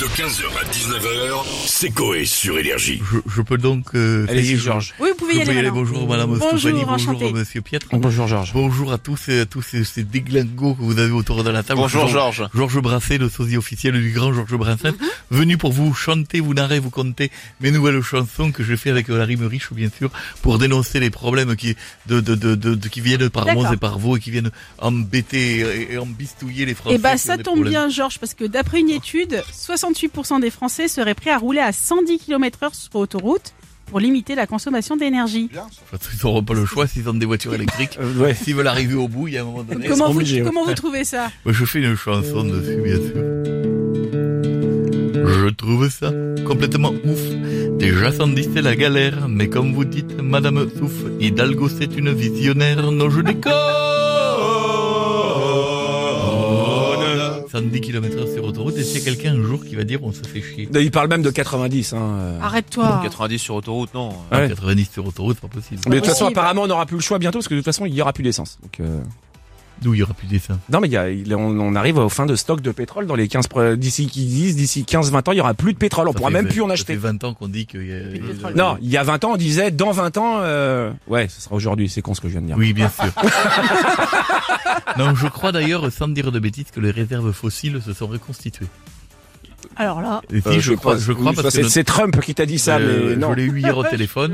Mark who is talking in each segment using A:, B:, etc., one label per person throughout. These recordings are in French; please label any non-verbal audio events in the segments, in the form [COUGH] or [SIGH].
A: De 15h à 19h, c'est Coé sur Énergie.
B: Je, je peux donc... Euh,
C: Allez-y,
B: payer-
C: Georges.
D: Oui, vous pouvez y
B: je peux
D: aller.
B: y aller.
D: maintenant.
B: Bonjour Madame
D: Bonjour,
B: Stéphanie,
D: enchanté.
B: bonjour Monsieur Pietre.
C: Bonjour, Georges.
B: Bonjour à tous, et à tous ces, ces déglingos que vous avez autour de la table.
C: Bonjour, Georges.
B: Georges Brasset, le sosie officiel du grand Georges Brassens,
D: Mm-hmm.
B: venu pour vous chanter, vous narrer, vous conter mes nouvelles chansons que j'ai fait avec la rime riche, bien sûr, pour dénoncer les problèmes qui, de, de, de, de- de- qui viennent par
D: D'accord.
B: moi et par vous et qui viennent embêter et, et embistouiller les Français.
D: Eh ben,
B: qui ont
D: ça
B: des
D: tombe
B: problèmes.
D: bien, Georges, parce que d'après une étude, 68% des Français seraient prêts à rouler à 110 km heure sur autoroute pour limiter la consommation d'énergie.
B: Ils n'auront pas le choix s'ils ont des voitures
D: [LAUGHS]
B: électriques.
C: ouais.
B: S'ils veulent arriver au bout, il y a un moment donné.
D: Euh. Comment, vous,
C: obligé, ouais.
D: comment vous trouvez
C: [LAUGHS]
D: ça
B: Moi, Je fais une chanson dessus, bien sûr. Je trouve ça complètement ouf. Déjà 110, c'est la galère. Mais comme vous dites, Madame Souf, Hidalgo, c'est une visionnaire. Non, je déconne. 110 km h sur autoroute. Et s'il y a quelqu'un un jour qui va dire, on se fait chier.
C: Il parle même de 90. Hein. euh.
D: Arrête-toi.
E: 90 sur autoroute, non.
C: Ouais.
B: 90 sur autoroute, c'est pas possible.
C: Mais de toute façon,
D: Possible.
C: apparemment, on n'aura plus le choix bientôt parce que de toute façon, il n'y aura plus d'essence. Donc, euh,
B: D'où il y aura plus des seins.
C: Non, mais il y a, il- on, on arrive aux fins de stock de pétrole dans les 15 pre- d'ici qui disent d'ici 15-20 ans, il y aura plus de pétrole. On
B: Ça
C: pourra
B: fait
C: même
B: vingt-
C: plus en
B: ça
C: acheter.
B: fait 20 ans qu'on dit qu'il y a...
D: de pétrole.
C: Non, il y a 20 ans, on disait dans 20 ans. euh, Ouais, ce sera aujourd'hui. C'est con ce que je viens de dire.
B: Oui, bien sûr. [LAUGHS] non, je crois d'ailleurs, sans dire de bêtises, que les réserves fossiles se sont reconstituées.
D: Alors là.
B: Et si,
C: Euh,
B: je, crois, je crois
C: oui,
B: parce que
C: c'est,
B: notre-
C: c'est Trump qui t'a dit ça,
B: euh,
C: mais non,
B: je Ah, l'ai eu hier
C: [LAUGHS] Bah,
B: au téléphone.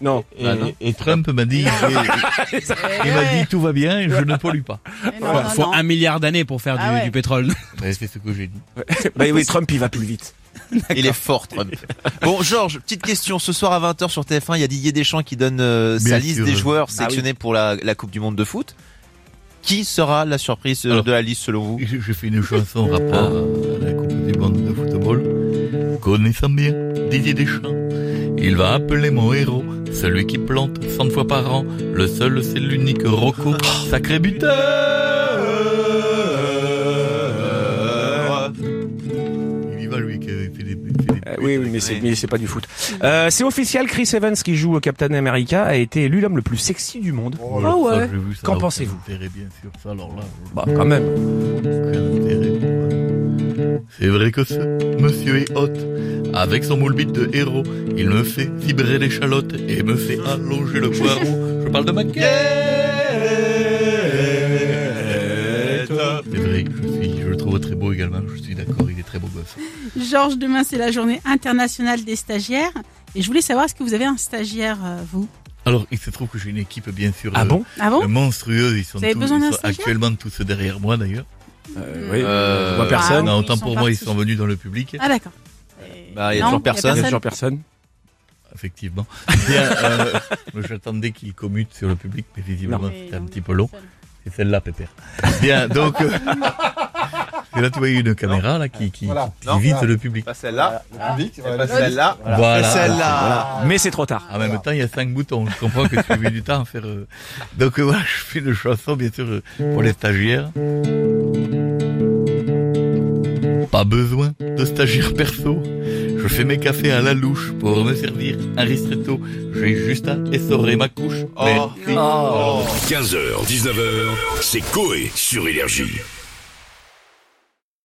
C: non.
B: Et,
C: Bah, non.
B: et Trump m'a dit,
C: Ah,
B: il m'a dit tout va bien et je ne pollue pas.
C: Voilà,
D: faut un
E: milliard d'années pour faire
D: Ah du- ouais. du
E: pétrole.
B: Mais c'est ce que j'ai dit.
C: [LAUGHS] Bah oui, Trump, il va plus vite.
E: [LAUGHS] Il est fort, Trump. Bon, Georges, petite question. Ce soir à 20h sur TF1, il y a Didier Deschamps qui donne euh,
B: Bien
E: sa liste
B: sûr. Ah
E: des joueurs
C: oui.
E: sélectionnés pour la, la Coupe du Monde de foot. Qui sera la surprise euh,
B: Alors.
E: de la liste selon vous
B: Je, je fais une chanson en
C: Euh.
B: rapport à la Coupe du Monde de football. Connaissant bien Didier Deschamps, il va appeler mon héros, celui qui plante 100 fois par an. Le seul, c'est l'unique Rocco,
C: Ah.
B: sacré buteur. Il y va lui qui avait fait des- fait des-
C: Euh, oui, oui, mais c'est, mais c'est pas du foot. Euh, c'est officiel, Chris Evans qui joue au Captain America a été élu l'homme le plus sexy du monde.
B: Voilà,
D: Ah
B: ça,
D: ouais.
B: Oh, j'ai vu, ça
C: Qu'en
B: n'a aucun
C: pensez-vous
B: intérêt, bien sûr, ça, alors là,
C: Bah quand même.
B: aucun intérêt pour moi. C'est vrai que ce monsieur est hot. Avec son moule bite de héros, il me fait vibrer l'échalote et me fait allonger le poireau. Je parle de ma guette. C'est vrai que je, suis, je le trouve très beau également. Je suis d'accord, il est très beau gosse.
D: Georges, demain, c'est la journée internationale des stagiaires. Et je voulais savoir, est-ce que vous avez un stagiaire, euh, vous
B: Alors, il se trouve que j'ai une équipe, bien sûr,
C: Ah
B: euh,
C: bon
D: Ah bon
B: monstrueuse. Ils sont,
D: Vous avez
B: tous-
D: besoin
B: ils
D: d'un
B: sont
D: stagiaire
B: actuellement tous derrière moi, d'ailleurs.
C: Euh, Oui.
E: Euh,
C: Je vois personne.
D: Ah,
B: Non,
D: oui,
B: autant
D: ils sont
B: pour moi, ils
D: partis.
B: sont venus dans le public.
D: Ah d'accord.
E: Bah, il y a
D: Non,
E: toujours personne.
C: Il y a toujours personne.
B: Effectivement. Bien, euh, J'attendais qu'il commute sur le public, mais visiblement
D: Non.
B: c'était un petit peu long. C'est celle-là, Pépère. Bien, donc. euh, et là, tu vois, il y a une caméra là, qui, qui,
F: Voilà.
B: qui
F: Non,
B: vise
F: voilà.
B: le public.
E: Pas celle-là,
F: public, voilà,
E: pas
F: la liste.
E: celle-là,
B: Voilà.
E: pas celle-là.
C: Mais c'est trop tard.
B: Ah, En même temps, il y a cinq boutons. Je comprends que tu as mis du temps à faire. euh, Donc euh, [LAUGHS] voilà, je fais une chanson, bien sûr, euh, pour les stagiaires. Pas besoin de stagiaire perso. Je fais mes cafés à la louche pour me servir un ristretto. J'ai juste à essorer ma couche.
E: Oh.
B: Merci.
E: 哦。
A: 15h, 19h, c'est Coé sur Énergie.